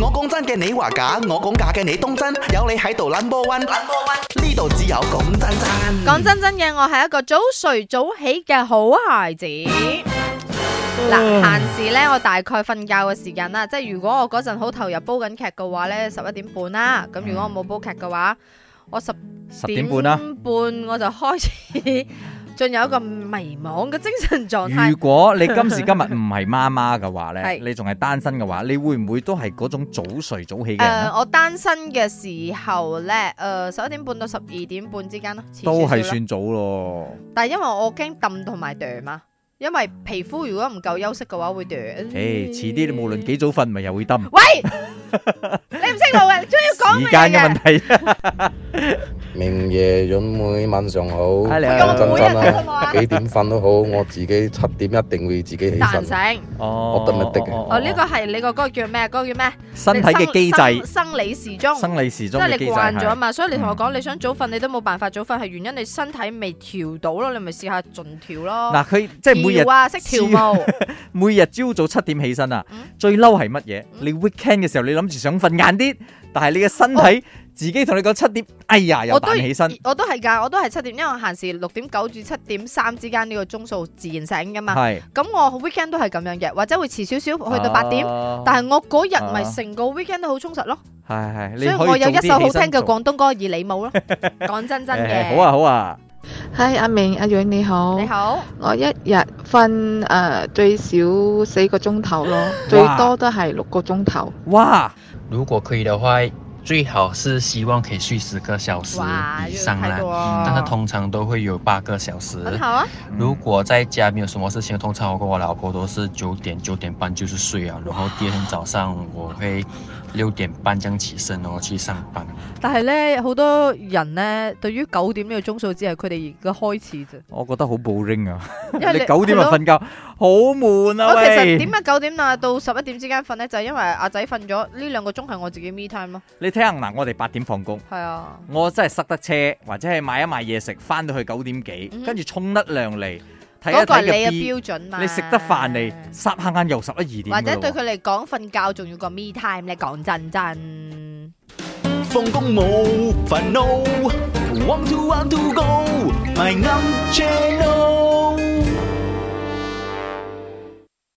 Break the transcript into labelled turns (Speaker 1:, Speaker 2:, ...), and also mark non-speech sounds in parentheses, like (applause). Speaker 1: 我講真嘅，你話假；我講假嘅，你當真。有你喺度 number one，number one，呢度只有講真
Speaker 2: 嗯
Speaker 1: 真。
Speaker 3: 讲真真嘅，我係一個早睡早起嘅好孩子。嗱，
Speaker 2: 哦
Speaker 3: 閒時咧，我大概瞓覺嘅時間啦，即係如果我嗰陣好投入煲緊劇嘅話咧，十一點半啦。咁如果我冇煲劇嘅話，我十
Speaker 2: 十
Speaker 3: 點
Speaker 2: 點半啊啦。
Speaker 3: 半我就開始進入一個迷茫嘅精神狀態
Speaker 2: 如。果你今時今日唔係媽媽嘅話咧，
Speaker 3: 係
Speaker 2: 你仲係單身嘅話，你會唔會都係嗰種早睡早起嘅
Speaker 3: 诶、
Speaker 2: 人呢
Speaker 3: 我單身嘅時候咧，诶十一點半到十二點半之間咯，遲
Speaker 2: 都
Speaker 3: 少
Speaker 2: 係
Speaker 3: 少啦
Speaker 2: 算早咯。
Speaker 3: 但係因為我驚揼同埋哚嘛，因為皮膚如果唔夠休息嘅話會哚。
Speaker 2: 誒，遲啲你無論幾早瞓，咪又會冧。
Speaker 3: 喂，你唔識路嘅，終於講
Speaker 2: 時
Speaker 3: 明
Speaker 2: 間嘅
Speaker 3: 嘅。
Speaker 2: 問題。
Speaker 4: 明夜潤妹晚上好，
Speaker 2: 哎你好
Speaker 4: 講真真
Speaker 3: 咁每日都好啊
Speaker 4: 啦，幾點瞓都好，我自己七點一定會自
Speaker 2: (laughs)
Speaker 4: 己起
Speaker 3: 彈
Speaker 4: 身。
Speaker 3: 性，
Speaker 2: 哦
Speaker 4: (laughs) 我得咪得嘅
Speaker 3: 哦呢個係你個嗰個叫咩？嗰個叫咩？
Speaker 2: 身體嘅機
Speaker 3: 生
Speaker 2: 制，
Speaker 3: 生理時鐘，
Speaker 2: 生理時
Speaker 3: 即
Speaker 2: 鐘
Speaker 3: 係
Speaker 2: 嘅機
Speaker 3: 你
Speaker 2: 制
Speaker 3: 慣咗啊
Speaker 2: 係。
Speaker 3: 嘛。所以你同我講你想早瞓，你都冇辦法早瞓，係原因你身體未調到咯，你咪試下盡調咯。
Speaker 2: 嗱，佢即係每日
Speaker 3: 跳啊，識跳舞，
Speaker 2: 每日朝早七點起身啊
Speaker 3: 嗯，
Speaker 2: 最嬲係乜嘢？你 weekend 嘅時候，你諗住想瞓晏啲，但係你嘅身體自己同你講七點，哎呀又
Speaker 3: 我都
Speaker 2: 彈起身，
Speaker 3: 我都係㗎，我都係七點，因為我閒時六點九至七點三之間呢個鐘數自然醒㗎嘛。
Speaker 2: 係
Speaker 3: 咁我 weekend 都係咁樣嘅，或者會遲少少去到八點，
Speaker 2: 啊
Speaker 3: 但係我嗰日咪
Speaker 2: 啊
Speaker 3: 成個 weekend 都好充實咯。
Speaker 2: 係係，
Speaker 3: 所以
Speaker 2: 你可
Speaker 3: 我有
Speaker 2: 早
Speaker 3: 一
Speaker 2: 啲
Speaker 3: 首好
Speaker 2: 起身
Speaker 3: 聽嘅
Speaker 2: 做
Speaker 3: 廣東歌《以你
Speaker 2: (laughs)
Speaker 3: 舞》咯，講真真嘅。
Speaker 2: 誒好啊，好啊，
Speaker 5: 嗨，阿明、阿楊你好。
Speaker 3: 你好，
Speaker 5: 我一日瞓誒、呃最少四個鐘頭咯，最多都係六個鐘頭。
Speaker 2: 哇！
Speaker 6: 如果可以的话，最好是希望可以睡十个小时
Speaker 3: 哇，
Speaker 6: 以
Speaker 3: 又
Speaker 6: 上
Speaker 3: 太
Speaker 6: 啦。
Speaker 3: 多
Speaker 2: 嗯
Speaker 6: 但是
Speaker 3: 哦，
Speaker 6: 通常都会有八个小时。
Speaker 3: 很好啊，
Speaker 6: 如果在家没有什么事情，通常我跟我老婆都是九点九点半就是睡啊，然后第二天早上我会六点半这样起身，然后去上班。
Speaker 3: 但係咧，好多人咧對於九點呢個鐘數只係佢哋嘅開始啫。
Speaker 2: 我覺得好 boring 啊！
Speaker 3: 因為
Speaker 2: (laughs) 你九點就
Speaker 3: 係咯
Speaker 2: 瞓覺，好悶啊
Speaker 3: 我其實
Speaker 2: 喂
Speaker 3: 點！解九點啊到十一點之間瞓咧，就係因為阿仔瞓咗呢兩個鐘係我自己 me time 咯。
Speaker 2: 你聽下嗱，我哋八點放工，
Speaker 3: 係啊，
Speaker 2: 我真係塞得車，或者係買一買嘢食，翻到去九點幾
Speaker 3: 嗯，
Speaker 2: 跟住沖得涼嚟睇
Speaker 3: 嗰
Speaker 2: 一
Speaker 3: 個係
Speaker 2: 睇
Speaker 3: 你嘅
Speaker 2: 嘅 B，
Speaker 3: 標準嘛。
Speaker 2: 你食得飯嚟，霎下眼又十一
Speaker 3: 或
Speaker 2: 二
Speaker 3: 者
Speaker 2: 點
Speaker 3: 對
Speaker 2: 㗎啦喎
Speaker 3: 佢嚟講瞓覺仲要過 me time 咧。講真真。
Speaker 1: 放工冇煩惱，want to want to go，咪啱 channel。